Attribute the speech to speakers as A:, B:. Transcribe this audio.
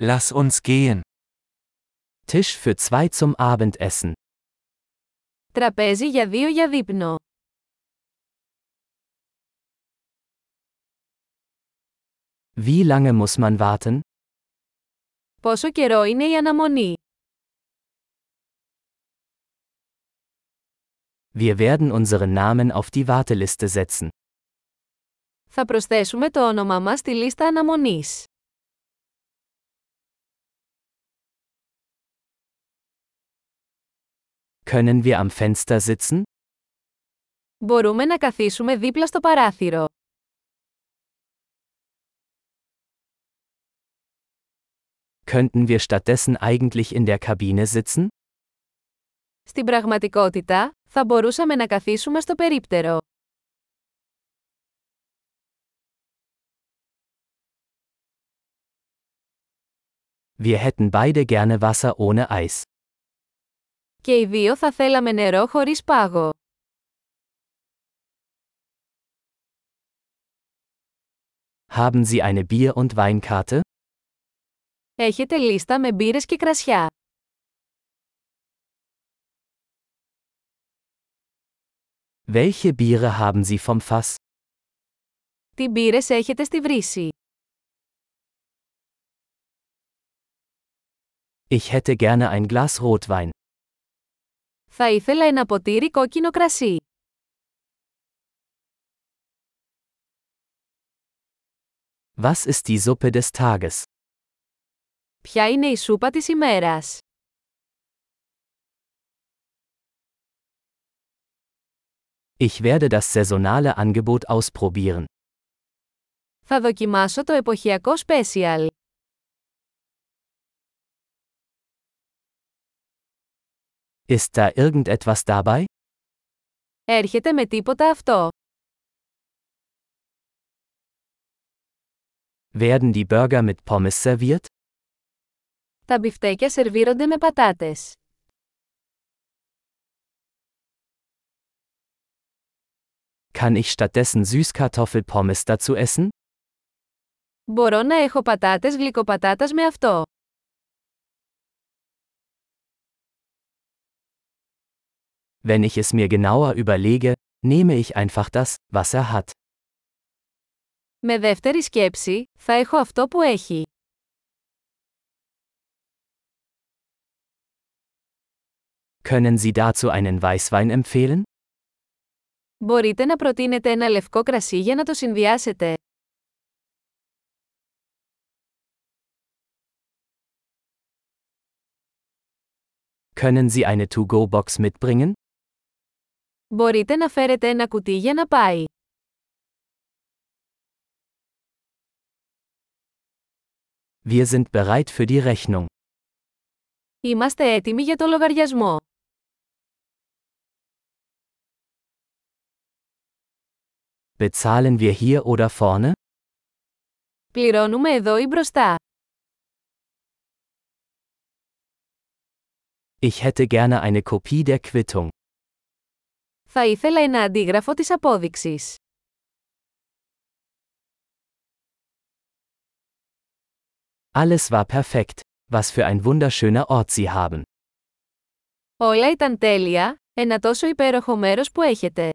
A: Lass uns gehen. Tisch für zwei zum Abendessen.
B: Τραπέζι για δύο για δείπνο.
A: Wie lange muss man warten?
B: Πόσο καιρό είναι η αναμονή.
A: Wir werden unseren Namen auf die Warteliste setzen.
B: Θα προσθέσουμε το όνομά μας στη λίστα αναμονής.
A: Können wir am Fenster sitzen?
B: Μπορούμε να καθίσουμε δίπλα στο παράθυρο.
A: Könnten wir stattdessen eigentlich in der Kabine sitzen?
B: Στην πραγματικότητα, θα μπορούσαμε να καθίσουμε στο περίπτερο.
A: Wir hätten beide gerne Wasser ohne Eis.
B: Και οι δύο θα θέλαμε νερό χωρίς πάγο.
A: Haben Sie eine Bier- und Weinkarte?
B: Έχετε λίστα με μπύρες και κρασιά.
A: Welche Biere haben Sie vom Fass?
B: Τι μπύρες έχετε στη βρύση.
A: Ich hätte gerne ein Glas Rotwein.
B: Θα ήθελα ένα ποτήρι κόκκινο κρασί.
A: Was ist die Suppe des Tages?
B: Ποια είναι η σούπα της ημέρας.
A: Ich werde das saisonale Angebot ausprobieren.
B: Θα δοκιμάσω το εποχιακό special.
A: Ist da irgendetwas dabei?
B: Έρχεται με τίποτα αυτό.
A: Werden die Burger mit Pommes serviert?
B: Τα μπιφτέκια σερβίρονται με πατάτες.
A: Kann ich stattdessen Süßkartoffelpommes dazu essen?
B: Μπορώ να έχω πατάτες γλυκοπατάτας με αυτό.
A: Wenn ich es mir genauer überlege, nehme ich einfach das, was er hat.
B: Με δεύτερη σκέψη, θα έχω αυτό που έχει.
A: Können Sie dazu einen Weißwein empfehlen?
B: Μπορείτε να προτείνετε ένα λευκό κρασί για να το συνδυάσετε.
A: Können Sie eine To-Go-Box mitbringen?
B: Μπορείτε να φέρετε ένα κουτί για να πάει.
A: Wir sind bereit für die Rechnung.
B: Είμαστε έτοιμοι για το λογαριασμό.
A: Bezahlen wir hier oder vorne?
B: Πληρώνουμε εδώ ή μπροστά.
A: Ich hätte gerne eine Kopie der Quittung.
B: Θα ήθελα ένα αντίγραφο της απόδειξης.
A: Alles war perfekt. Was für ein wunderschöner Ort Sie haben.
B: Όλα ήταν τέλεια, ένα τόσο υπέροχο μέρος που έχετε.